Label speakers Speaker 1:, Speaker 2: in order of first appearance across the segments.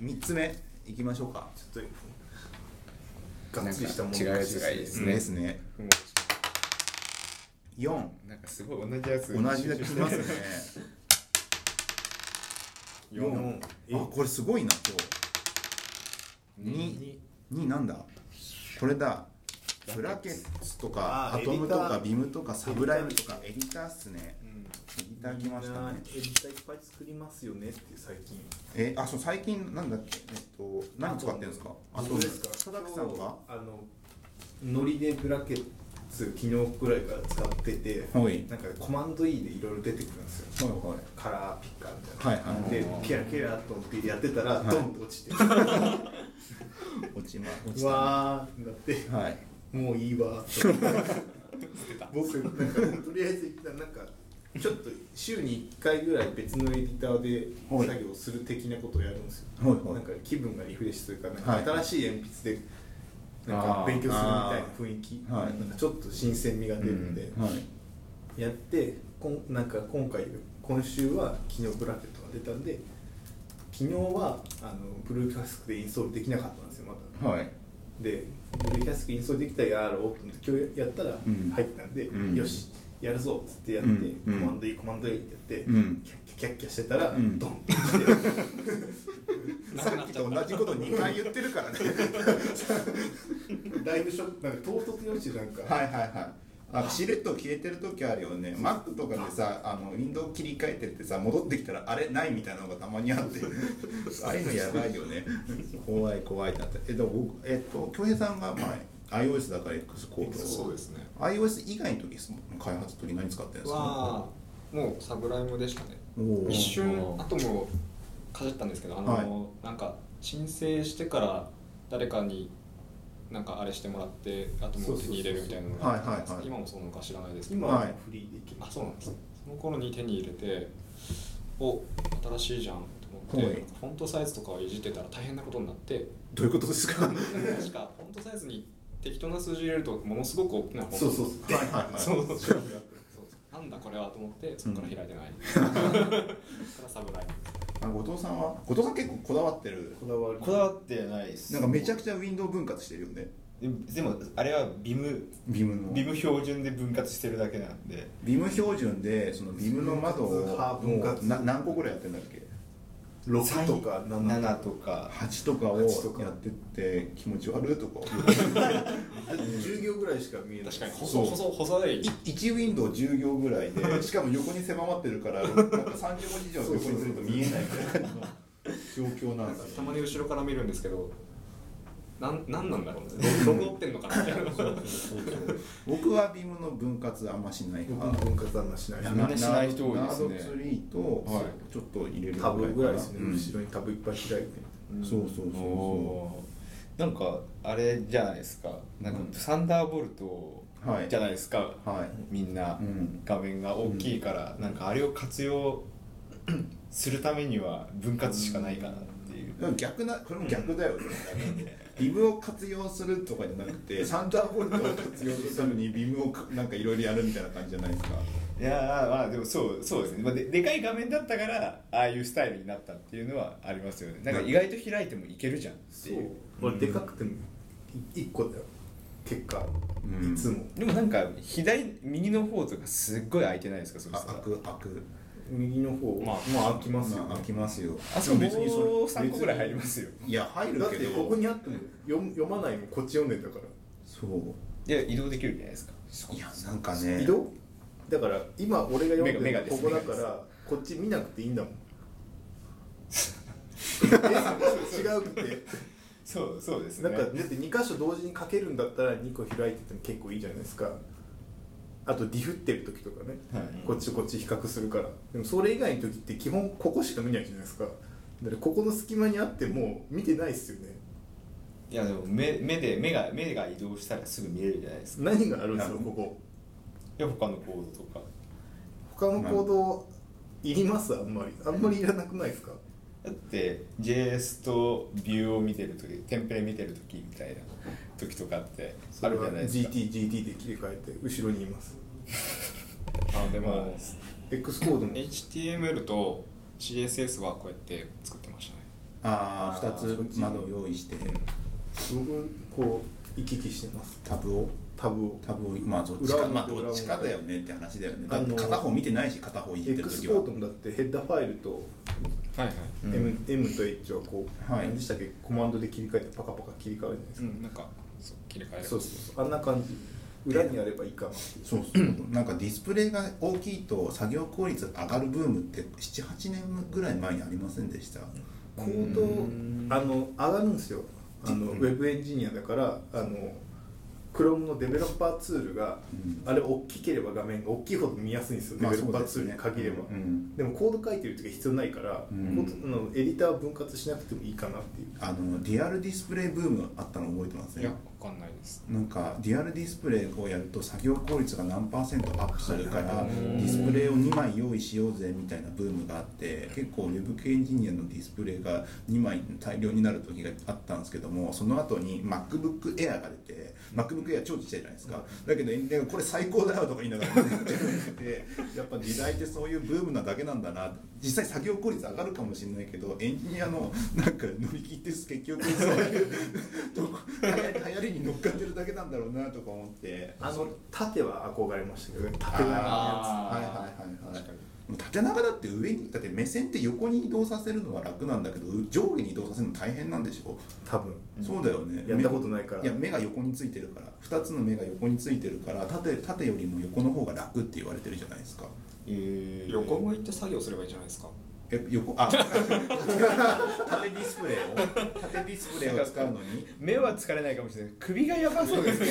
Speaker 1: 3つ目いきましょうか
Speaker 2: ちょっとがっつりしたもの
Speaker 3: なんか違うやつがいいですね
Speaker 1: ですね
Speaker 3: も
Speaker 1: 4
Speaker 3: うなんかすごい同じやつ
Speaker 1: 同じだけきますね
Speaker 2: 四
Speaker 1: 4
Speaker 2: え
Speaker 1: あこれすごいな今日2 2なんだこれだブラケッツとか
Speaker 2: あ
Speaker 1: ア
Speaker 2: ー
Speaker 1: トムと
Speaker 2: エディタ
Speaker 1: か
Speaker 2: ー
Speaker 1: ビムとかサブライブとかエディターっすねエディター来ましたね
Speaker 2: エディターいっぱい作りますよねって最近
Speaker 1: えあそう最近なんだっけえっと何使ってるんですかあそうですか佐々木さんは
Speaker 2: あのノリでブラケッツ昨日ぐらいから使ってて
Speaker 1: はい
Speaker 2: なんかコマンド E でいろいろ出てくるんですよ
Speaker 1: はいはい
Speaker 2: カラーピッカーみたいな、
Speaker 1: はいはい
Speaker 2: でキラキラと思ってやってたら、
Speaker 1: はい
Speaker 2: ドンと落 ちて
Speaker 1: 落ちま落ち
Speaker 2: う
Speaker 1: た
Speaker 2: わーってなって
Speaker 1: はい
Speaker 2: もういいわーって僕なんかとりあえず一旦なんかちょっと週に1回ぐらい別のエディター
Speaker 1: はい
Speaker 2: で作業する的なことをやるんですよ、
Speaker 1: はいはい
Speaker 2: なんか気分がリフレッシュというかなんか
Speaker 1: はい
Speaker 2: 新しい鉛筆でなんか
Speaker 3: あー
Speaker 2: 勉強するみたいな雰囲気、
Speaker 1: はい
Speaker 2: なんかちょっと新鮮味が出るんで、
Speaker 3: う
Speaker 1: はい
Speaker 2: やってこんなんか今回今週は昨日ブラケットが出たんで昨日はあのブルーキャスクでインストールできなかったんですよまだ
Speaker 1: はい
Speaker 2: でブルーキャスクインストールできたやろうと思って今日やったら
Speaker 1: うん
Speaker 2: 入ったんで、
Speaker 1: うん
Speaker 2: よしやるぞっつってやって、
Speaker 1: うんうん
Speaker 2: コマンドいいコマンドいいってやって、
Speaker 1: うん
Speaker 2: キャッキャキャッキャしてたら、
Speaker 1: うん
Speaker 2: ドンって来て
Speaker 1: さっきと同じこと2回言ってるからね
Speaker 2: ライブショップなんか唐突に落ちてなんか、
Speaker 1: はいはいはいあシルエット消えてる時あるよね Mac とかでさあのウィンドウ切り替えてってさ戻ってきたらあれないみたいなのがたまにあって ああいうのやばいよね怖い怖いってなってえでも僕えっと恭平さんが前 iOS だから X コード
Speaker 4: そうですね
Speaker 1: iOS 以外の時その開発の時何使ってるんですか
Speaker 4: はもうサブライムでしたね
Speaker 1: おー
Speaker 4: 一瞬アトムをかじったんですけどあの、
Speaker 1: はい
Speaker 4: なんか申請してから誰かになんかあれしてもらってアトムを手に入れるみたいなのがあったん
Speaker 1: そうそう
Speaker 4: です
Speaker 1: そうはいはいはい
Speaker 4: 今もそうなのか知らないですけど
Speaker 2: 今
Speaker 1: は
Speaker 2: はいフリーでいけ
Speaker 4: あ
Speaker 2: ます、
Speaker 4: そうなんですねその頃に手に入れてお新しいじゃんと思っ
Speaker 1: は
Speaker 4: て
Speaker 1: い
Speaker 4: フォントサイズとかをいじってたら大変なことになって
Speaker 1: どういうことですかはい
Speaker 4: 確かフォントサイズに適当な数字入れるとものすごく大きなフォント
Speaker 2: そうそうそう
Speaker 1: はいはい
Speaker 4: そうそうそうなんだこれはと思ってそこから開い てない、からサブライ
Speaker 1: あ後藤さんは後藤さん結構こだわってる
Speaker 2: こだわり
Speaker 5: こだわってないです
Speaker 1: なんかめちゃくちゃウィンドウ分割してるよね
Speaker 5: ででもあれはビム
Speaker 1: ビムの
Speaker 5: ビム標準で分割してるだけなんで
Speaker 1: ビム標準でそのビムの窓を
Speaker 2: 分割
Speaker 1: もうな何個ぐらいやってんだっけ
Speaker 2: 6とか7
Speaker 5: 7とか
Speaker 1: 8とかを
Speaker 2: 8とか
Speaker 1: やってって気持ち悪いと か
Speaker 2: 10行ぐらいしか見えない
Speaker 4: 確かに
Speaker 1: そう
Speaker 4: 細細細い
Speaker 1: 1ウィンドウ10行ぐらい でしかも横に狭まってるからなんか30文字以上横にすると見えないみたいな状況なんです
Speaker 4: た
Speaker 1: よ
Speaker 4: まに後ろから見るんですけどなんなんなんだろうねロゴってんのかなみ たいな
Speaker 1: 僕はビムの分割あんましない
Speaker 2: 僕も
Speaker 1: 派
Speaker 2: 分割はしないです
Speaker 5: みんなしない人多い
Speaker 1: ナ
Speaker 5: で
Speaker 1: ー
Speaker 5: す
Speaker 1: ド
Speaker 5: ね
Speaker 1: ツリーと
Speaker 5: はい
Speaker 1: ちょっと入れる
Speaker 2: タブぐらいですね、
Speaker 1: うん
Speaker 2: 後ろにタブいっぱい開いて
Speaker 1: そうそうそうそ
Speaker 5: おーなんかあれじゃないですかなんかサンダーボルト
Speaker 1: はい
Speaker 5: じゃないですか、
Speaker 1: うはい
Speaker 5: みんな
Speaker 1: うん
Speaker 5: 画面が大きいから、なんかあれを活用するためには分割しかないかなっていう、
Speaker 1: でも逆なこれも逆だよね、ビムを活用するとかじゃなくてサンダーボルトを活用するためにビムをかなんかいろいろやるみたいな感じじゃないですか
Speaker 5: いやーまあでもそうそうですね、まあ、ででかい画面だったからああいうスタイルになったっていうのはありますよねなんか意外と開いてもいけるじゃんって
Speaker 2: そう
Speaker 5: いう
Speaker 2: 俺でかくても1個だよ結果、
Speaker 1: うん
Speaker 2: いつも
Speaker 5: でもなんか左右の方とかすっごい空いてないですかそ
Speaker 1: あ
Speaker 5: したら
Speaker 1: 開く開く
Speaker 2: 右の方
Speaker 4: ま
Speaker 2: ま
Speaker 4: あ
Speaker 2: あ、開きますよ、
Speaker 1: まあ開きますよ
Speaker 5: あそこもう
Speaker 1: でもれ
Speaker 5: 3個ぐらい入りますよ
Speaker 1: いや入
Speaker 2: だ
Speaker 1: るけ
Speaker 2: って
Speaker 1: ど
Speaker 2: ここにあっても読む読まないもんこっち読んでたか、
Speaker 1: そう
Speaker 5: いや移動できるじゃないですか
Speaker 1: いやなんからね
Speaker 2: 移動だから今俺が読んで
Speaker 5: メガ
Speaker 2: る
Speaker 5: メガ
Speaker 2: の
Speaker 5: で
Speaker 2: こ
Speaker 5: す
Speaker 2: こだか
Speaker 5: メガ
Speaker 2: らこっち見なくていいんだもんえ違うくて
Speaker 5: そうそうです
Speaker 2: なん
Speaker 5: ね
Speaker 2: かだって2箇所同時に書けるんだったら2個開いてても結構いいじゃないですかあとディフってる時とかね、
Speaker 5: はい
Speaker 2: こっちとこっち比較するからでもそれ以外の時って基本ここしか見ないじゃないですかだからここの隙間にあっても見てないっすよね
Speaker 5: いやでも目目で目が目が移動したらすぐ見れるじゃないですか
Speaker 2: 何があるんです
Speaker 1: なるほ
Speaker 2: よここ
Speaker 5: いや他のコードとか
Speaker 2: 他の行動いりますあんまりあんまりいらなくないですか
Speaker 5: だって JS とビューを見てる時テンプレ見てる時みたいな時とかってあるじゃないですか
Speaker 2: GTGT で切り替えて後ろにいます
Speaker 5: あでも
Speaker 2: X コードも
Speaker 4: HTML と CSS はこうやって作ってましたね
Speaker 1: ああ
Speaker 2: あー
Speaker 1: 2つ窓を用意して
Speaker 2: 僕こう行き来してます
Speaker 1: タブを
Speaker 2: タブを
Speaker 1: タブをまあどっち
Speaker 2: 裏
Speaker 1: か
Speaker 2: 表
Speaker 1: まあどっちかだよねって話だよね
Speaker 2: あ
Speaker 1: だっ
Speaker 2: の
Speaker 1: て片方見てないし片方いじってる
Speaker 2: X
Speaker 1: 時
Speaker 2: ポ
Speaker 1: は
Speaker 2: ートもだってヘッダーファイルと
Speaker 4: はいはい
Speaker 2: M,、M と H はこう、
Speaker 1: はい
Speaker 2: 何でしたっけコマンドで切り替えてパカパカ切り替わるじ
Speaker 4: う
Speaker 2: ゃない
Speaker 4: んなんかそう切り替え
Speaker 2: です
Speaker 4: る
Speaker 2: か、そうそうそうあんな感じ裏にやればいいかな
Speaker 1: そうそうなんかディスプレイが大きいと作業効率上がるブームって78年ぐらい前にありませんでした
Speaker 2: コードあの上がるんですよあの、
Speaker 1: うん
Speaker 2: ウェブエンジニアだからあの Chrome のデベロッパーツールが、
Speaker 1: うん
Speaker 2: あれ大きければ画面が大きいほど見やすいんですよ、
Speaker 1: まあ
Speaker 2: デベロッ
Speaker 1: そ
Speaker 2: パー
Speaker 1: うです
Speaker 2: ツ
Speaker 1: ね
Speaker 2: ールに限れば、
Speaker 1: うん
Speaker 2: でもコード書いてる時は必要ないから、
Speaker 1: うん
Speaker 2: コードあのエディターは分割しなくてもいいかなっていう
Speaker 1: あのリアルディスプレイブームあったの覚えてます
Speaker 4: いや
Speaker 1: ね
Speaker 4: わかんないです
Speaker 1: なんかリアルディスプレイをやると作業効率が何パーセントアップするからデ
Speaker 4: はいはいはい
Speaker 1: ィスプレイを2枚用意しようぜみたいなブームがあって結構ウェブ系エンジニアのディスプレイが2枚大量になる時があったんですけどもその後に MacBook Air が出て MacBook Air 超ちっちゃいじゃないですかだけどエンジニアがこれ最高だよとか言いながら でやっぱ時代ってそういうブームなだけなんだな実際作業効率上がるかもしれないけどエンジニアのなんか乗り切って結局そういうとこ流行流行りに乗っかってるだけなんだろうなとか思って
Speaker 2: あの縦は憧れましたけどね縦長のや
Speaker 4: あ
Speaker 1: はいはいはいはい
Speaker 4: 確かに
Speaker 1: 縦長だって上にだって目線って横に移動させるのは楽なんだけど上下に移動させるの大変なんでしょ、
Speaker 2: つ多分
Speaker 1: そうだよね
Speaker 2: やったことないから
Speaker 1: いや目が横についてるから2つの目が横についてるから縦縦よりも横の方が楽って言われてるじゃないですか
Speaker 4: 横向いて作業すればいいじゃないですか
Speaker 1: え横あ縦ディスプレイを縦ディスプレイを使うのに
Speaker 5: 目は疲れないかもしれない首がやばそうですね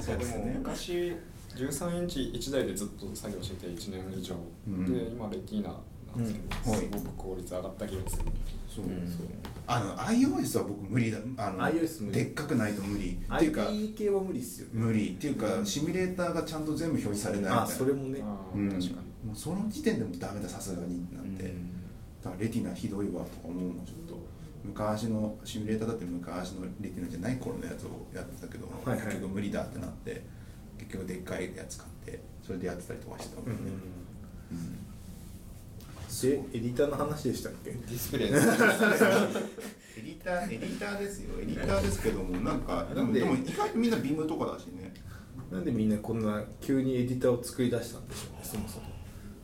Speaker 1: そうです
Speaker 4: でも
Speaker 1: ね
Speaker 4: 昔13インチ1台でずっと作業してて1年以上、
Speaker 1: うん
Speaker 4: で今レティーナなんですけど、
Speaker 1: うん
Speaker 4: すごく効率上がった気がする
Speaker 1: そうそうあの iOS は僕無理だあの
Speaker 2: iOS 無理
Speaker 1: でっかくないと無理っていうか
Speaker 2: IT 系は無理っすよね
Speaker 1: 無理っていうかシミュレーターがちゃんと全部表示されないみたいな
Speaker 2: あそれもね
Speaker 4: ああ
Speaker 1: うん、
Speaker 4: 確か
Speaker 1: もうその時点でもうダメださすがにってなって、だからレティナひどいわとか思うのちょっと昔のシミュレーターだって昔のレティナじゃない頃のやつをやってたけど、
Speaker 2: はいはい
Speaker 1: 結局無理だってなって結局でっかいやつ買ってそれでやってたりとかしてたもんね、
Speaker 2: でエディターの話でしたっけ
Speaker 4: にディスプレ イです
Speaker 1: エディターエディターですよエディターですけどもなんかで
Speaker 2: なん
Speaker 1: も
Speaker 2: で
Speaker 1: でも意外とみんなビームとかだしね
Speaker 2: なんでみんなこんな急にエディターを作り出したんでしょうねそもそも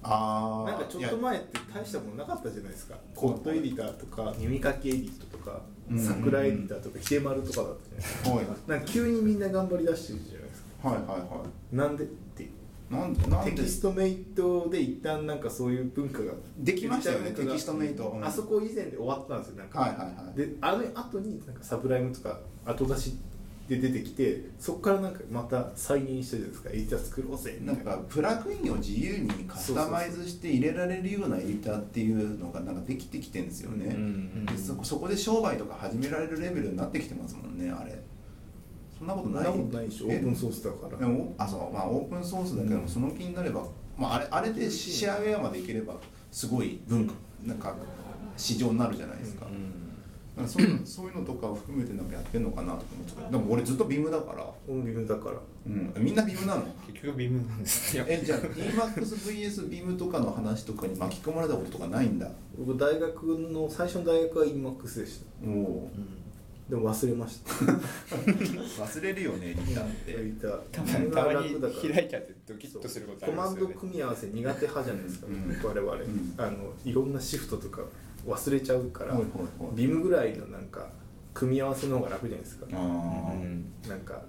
Speaker 1: あ
Speaker 2: なんかちょっと前って大したものなかったじゃないですかコットエディターとか耳かきエディットとか
Speaker 1: うん
Speaker 2: 桜エディターとかひで丸とかだったじゃないですか
Speaker 1: はい
Speaker 2: なんか急にみんな頑張り出してるじゃないですか
Speaker 1: はいはいは
Speaker 2: なんでっていう
Speaker 1: いなんでなんで
Speaker 2: テキストメイトで一旦なんかそういう文化が
Speaker 1: できましたよね
Speaker 2: エディターの文化が
Speaker 1: テキストメイトうん
Speaker 2: あそこ以前で終わったんですよなんか、
Speaker 1: はいはいはい
Speaker 2: であの後になんかサブライムとか後出しで出てきてそこからなんかまた再現してるじゃないですかエディター作ろうぜみ
Speaker 1: な
Speaker 2: た
Speaker 1: ん
Speaker 2: いな
Speaker 1: かプラグインを自由にカスタマイズして入れられるようなエディターっていうのがなんかできてきてんですよね、
Speaker 5: うん
Speaker 1: でそこそこで商売とか始められるレベルになってきてますもんねあれそんなこと
Speaker 2: そん
Speaker 1: ない
Speaker 2: なことないでしょオープンソー
Speaker 1: ス
Speaker 2: スだから
Speaker 1: でもあそう、まあ、オープンソースだけども、
Speaker 2: うん
Speaker 1: その気になれば、まあ、あれあれでシェアウェアまでいければすごい文化なんか市場になるじゃないですか,、なんかそういうのそういうのとかを含めてなんかやってんのかなとか思ってたけどでも俺ずっとビームだから、
Speaker 2: オンビムだから
Speaker 1: うん、みんなビームなの
Speaker 5: 結局微妙なんですね
Speaker 1: えじゃあ EMAXVS ビームとかの話とかに巻き込まれたこととかないんだ
Speaker 2: 僕大学の最初の大学は EMAX でした
Speaker 1: おお
Speaker 2: でも忘れま した
Speaker 1: 忘れるよねリーダーっ
Speaker 2: エデ
Speaker 1: て
Speaker 2: ィター
Speaker 5: たまにたまに開いちゃってドキッとすることあ
Speaker 2: コ
Speaker 5: りま
Speaker 2: マン
Speaker 5: す
Speaker 2: ド
Speaker 5: よね
Speaker 2: 組み合わせ苦手派じゃないですか、
Speaker 1: うん
Speaker 2: 我々、
Speaker 1: ん
Speaker 2: あのいろんなシフトとか忘れちゃうから、
Speaker 1: はいはいはい
Speaker 2: ビームぐらいのなんか組み合わせの方が楽じゃないですか、
Speaker 1: ああ、
Speaker 5: うん
Speaker 2: なんか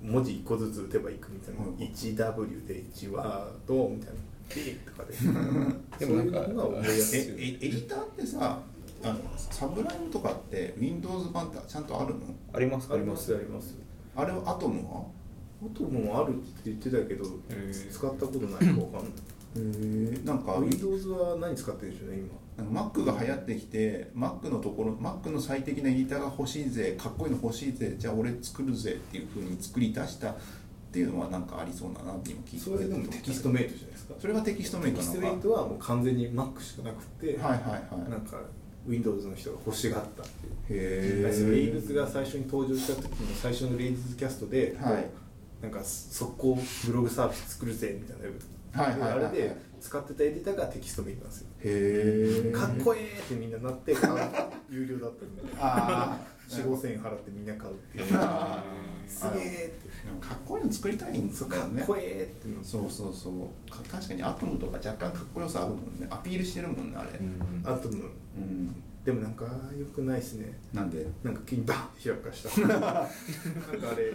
Speaker 2: 文字1個ずつ打てばいくみたいな、
Speaker 1: うん
Speaker 2: 1W で1ワードみたいな D とかで
Speaker 5: で
Speaker 2: で
Speaker 5: も
Speaker 2: も
Speaker 5: な
Speaker 2: なんんかそうい
Speaker 5: か
Speaker 2: うのが思いや
Speaker 1: え
Speaker 2: すい
Speaker 1: えエディターってさあのサブライムとかって Windows 版ってちゃんとあるの
Speaker 5: ありますあります
Speaker 2: あります
Speaker 1: あれはアトムは
Speaker 2: あともあるって言ってたけど
Speaker 5: へー
Speaker 2: 使ったことないかわかんない
Speaker 1: へえなんか
Speaker 2: Windows は何使ってるんでしょうね今
Speaker 1: なんか Mac が流行ってきて Mac のところ Mac の最適なエディターが欲しいぜかっこいいの欲しいぜじゃあ俺作るぜっていうふうに作り出したっていうのはなんかありそうだなって今聞いて
Speaker 2: それでもテキストメイトじゃないですか
Speaker 1: それがテキストメイ
Speaker 2: テ
Speaker 1: ト
Speaker 2: キ
Speaker 1: な
Speaker 2: ス
Speaker 1: の
Speaker 2: ト
Speaker 1: か
Speaker 2: メイトはもう完全に Mac しかなくて、
Speaker 1: はいはいはい
Speaker 2: なんか Windows の人が欲しがったっていう
Speaker 1: へえ
Speaker 2: レイルズが最初に登場した時の最初のレイルズキャストで、
Speaker 1: はい
Speaker 2: なんか速攻ブログサービス作るぜみたいな、
Speaker 1: はいはいはいはい
Speaker 2: あれで使ってたエディターがテキストメイクなんですよ
Speaker 1: へえ
Speaker 2: かっこええってみんななって買う有料だったんで
Speaker 1: あ
Speaker 2: 4 5千円払ってみんな買うっていう
Speaker 1: あ
Speaker 2: すげえって
Speaker 1: ーかっこいいの作りたいんです
Speaker 2: そう
Speaker 1: か
Speaker 2: かっ
Speaker 1: ね
Speaker 2: こええっていうの
Speaker 1: そうそうそうか確かにアトムとか若干かっこよさあるもんねアピールしてるもんねあれ
Speaker 2: あとも
Speaker 1: うん
Speaker 2: でもなんかよくないですね
Speaker 1: なんで
Speaker 2: なんか急にバンって開かした なんかあれ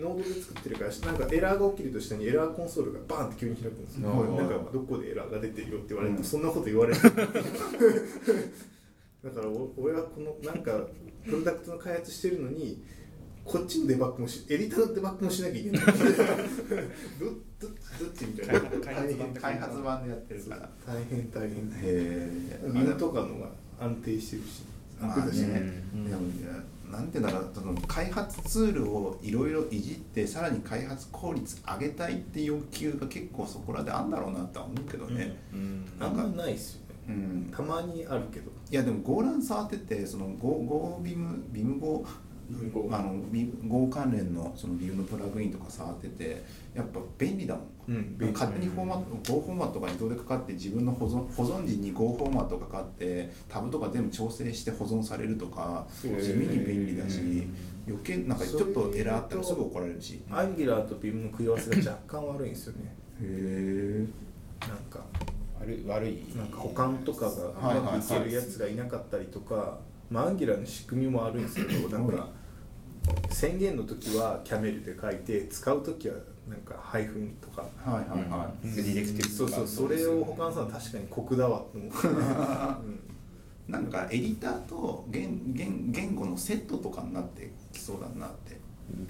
Speaker 2: ノードで作ってるからなんかエラーが起きると下にエラーコンソールがバンって急に開くんですよ、
Speaker 1: はい
Speaker 2: なんかどこでエラーが出てるよって言われて、
Speaker 1: うん
Speaker 2: そんなこと言われる だからお俺はこのなんかプロダクトの開発してるのにこっちのデバッグもしエディターのデバッグもしなきゃいけない どどどっちみたいな
Speaker 5: 開発版
Speaker 1: 開発版でやってるから
Speaker 2: 大変大変
Speaker 1: へえ
Speaker 2: ミューとかのが安定してるし
Speaker 1: まあ
Speaker 2: 楽だし
Speaker 1: ね、
Speaker 5: うん
Speaker 1: でもいやなんていうんだろうその開発ツールをいろいろいじってさらに開発効率上げたいっていう要求が結構そこらであんだろうなとは思うけどね、
Speaker 5: うん
Speaker 2: あんまないっすよね
Speaker 1: うん
Speaker 2: たまにあるけど
Speaker 1: いやでもゴーラン触っててそのゴゴービムビムゴ
Speaker 2: ビムゴ
Speaker 1: ーあのビゴー関連のそのビムのプラグインとか触っててやっぱ便利だもん
Speaker 2: うん
Speaker 1: でも勝手にフォーマット Go フォーマットが自動でかかって自分の保存保存時に Go フォーマットがかかってタブとか全部調整して保存されるとか地
Speaker 2: う
Speaker 1: 味に便利だし余計なんかちょっとエラーあったらすぐ怒られるし
Speaker 2: アンギュラーとビームの食い合わせが若干悪いんですよね
Speaker 1: へえ
Speaker 2: なんか
Speaker 5: 悪い悪い
Speaker 2: なんか保管とかがうまくいけるやつがいなかったりとか、まあ、アンギュラーの仕組みも悪いんですけどなんか宣言の時はキャメルで書いて使う時はなんかハイフンとか
Speaker 1: はいはいは
Speaker 5: うんディレクティブ
Speaker 2: そうそうそれを保管するのは確かに酷だわと思って、うん
Speaker 1: いなんかエディターと言言言語のセットとかになってきそうだなって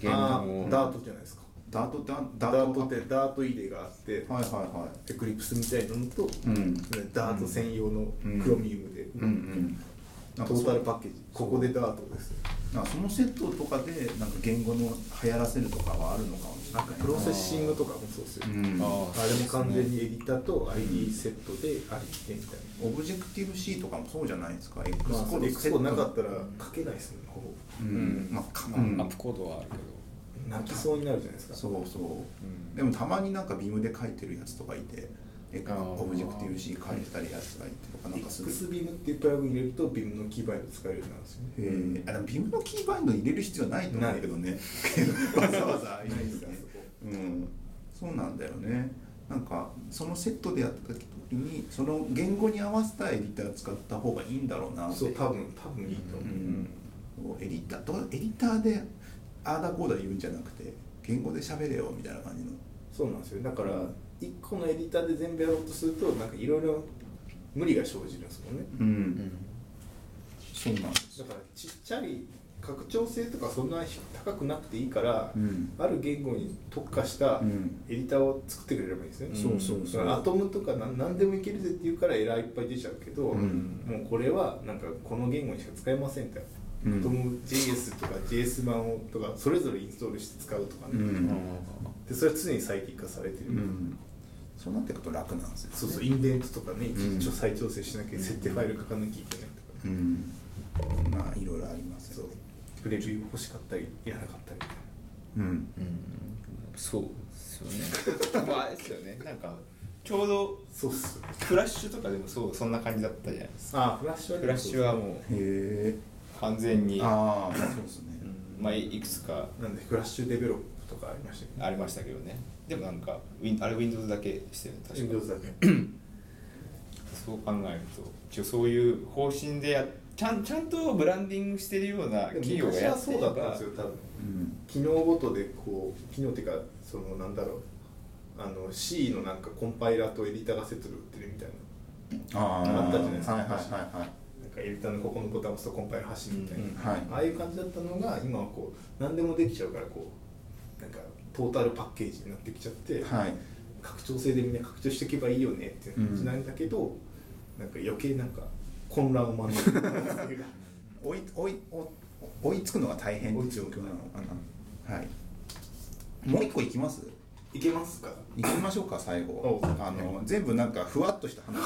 Speaker 5: ゲーム
Speaker 2: あ
Speaker 5: も
Speaker 2: ーダートじゃないですか
Speaker 1: ダートってあん
Speaker 2: ダ
Speaker 1: ダ
Speaker 2: ー
Speaker 1: ー
Speaker 2: ト
Speaker 1: ト
Speaker 2: ってダート入れがあって
Speaker 1: はいはいは
Speaker 2: エクリプスみたいなのと、
Speaker 1: いうん
Speaker 2: ダート専用のクロミウムで、
Speaker 1: うんうん
Speaker 2: ト
Speaker 1: なんかそう
Speaker 2: ータルパッケージここでダートです
Speaker 1: なんかそのセットとかでなんか言語の流行らせるとかはあるのかもしれ
Speaker 2: な
Speaker 1: ない
Speaker 2: んかプロセッシングとかもそうですよ、
Speaker 1: うん
Speaker 5: あ
Speaker 2: あれも完全にエディターと ID セットでありきてみたい
Speaker 1: オブジェクティブ C とかもそうじゃないですか X
Speaker 2: な、
Speaker 1: コ
Speaker 2: ま
Speaker 1: ー
Speaker 2: あ、
Speaker 1: ド
Speaker 2: X コードなかったら
Speaker 1: う
Speaker 2: 書けないですもんねほぼ
Speaker 1: んまあかう
Speaker 4: アッ
Speaker 1: ん
Speaker 4: プコードはあるけど
Speaker 2: 泣きそうになるじゃないですか
Speaker 1: そうそうでもたまになんかビームで書いてるやつとかいてえ
Speaker 5: あー
Speaker 1: オブジェクティブ C 書いてたりやつがいてとかなんかする
Speaker 2: XBIM っていうプラグイン入れると BIM のキーバインド使えるようになるんですよね
Speaker 1: へーあでもビームのキーバインド入れる必要ないと思うけどね わざわざいないですよねうん、そうなんだよねなんかそのセットでやった時にその言語に合わせたエディター使った方がいいんだろうなって
Speaker 2: そう多分多分いいと思う、
Speaker 1: うん、エディターどうエディターであーだこうだ言うんじゃなくて言語で喋れよみたいな感じの
Speaker 2: そうなんですよだから一個のエディターで全部やろうとするとなんかいろいろ無理が生じるんですもんね
Speaker 1: うん、そうなんです
Speaker 2: だからちっちゃい拡張性とかそんな高くなくていいから、
Speaker 1: うん
Speaker 2: ある言語に特化した
Speaker 1: うん
Speaker 2: エディターを作ってくれればいいんですね、
Speaker 1: そうそうそう
Speaker 2: アトムとか何何でもいけるぜって言うからエラーいっぱい出ちゃうけど、
Speaker 1: うん
Speaker 2: もうこれはなんかこの言語にしか使えませんから、
Speaker 1: うん
Speaker 2: アトム JS とか JS 版をとかそれぞれインストールして使うとかね、
Speaker 1: うん、
Speaker 2: でそれは常に最適化されてる、
Speaker 1: うん、そうなっていくと楽なんですよ、ね、
Speaker 2: そうそうインデントとかね
Speaker 1: うん
Speaker 2: 一応再調整しなきゃ設定ファイル書かなきゃいけないとか、
Speaker 1: うんまあいろいろあります
Speaker 2: そ
Speaker 1: よ
Speaker 2: う
Speaker 1: ね
Speaker 2: プレビュー欲しかったりいらなかったりみたいな
Speaker 1: うん
Speaker 5: そうですよねまああれですよねなんかちょうど
Speaker 2: そうっす
Speaker 5: フラッシュとかでもそうそんな感じだったじゃないです
Speaker 2: あフラッシュ
Speaker 5: か
Speaker 2: は
Speaker 5: フラッシュはもう
Speaker 1: へえ
Speaker 5: 完全に
Speaker 1: ああそうですね
Speaker 5: うんまあいくつか
Speaker 2: なんでフラッシュデベロップとかありましたけど
Speaker 5: ありましたけどねでもなんかウィンあれ Windows だけしてる確か
Speaker 2: Windows だけ
Speaker 5: そう考えると一応そういう方針でやちゃんちゃんとブランディングしてるような企業が
Speaker 2: 昔
Speaker 5: や
Speaker 2: は
Speaker 5: って
Speaker 2: そ
Speaker 5: れ
Speaker 2: うだったんで
Speaker 5: ば
Speaker 2: すよ多
Speaker 1: う
Speaker 2: 分
Speaker 1: ん
Speaker 2: 機能ごとでこう機能っていうかそのなんだろうあの C のなんかコンパイラーとエディターがセットで売ってるみたいな
Speaker 1: あー
Speaker 2: あったじゃないですか
Speaker 1: はいはいは
Speaker 2: なんかエディターのここのボタンを押すとコンパイル走るみたいな、
Speaker 5: うん
Speaker 1: いはい
Speaker 2: あ
Speaker 1: は
Speaker 2: あいう感じだったのが今はこう何でもできちゃうからこうなんかトータルパッケージになってきちゃって、
Speaker 1: いはい
Speaker 2: 拡張性でみんな拡張していけばいいよねっていう感じなんだけど、なんか余計なんか混乱を招く
Speaker 1: 追い追い追いつくのが大変っていう状況なのかなはいもう一個いきます
Speaker 2: いけますか
Speaker 1: 行きましょうか最後
Speaker 2: お
Speaker 1: あの全部なんかふわっとした話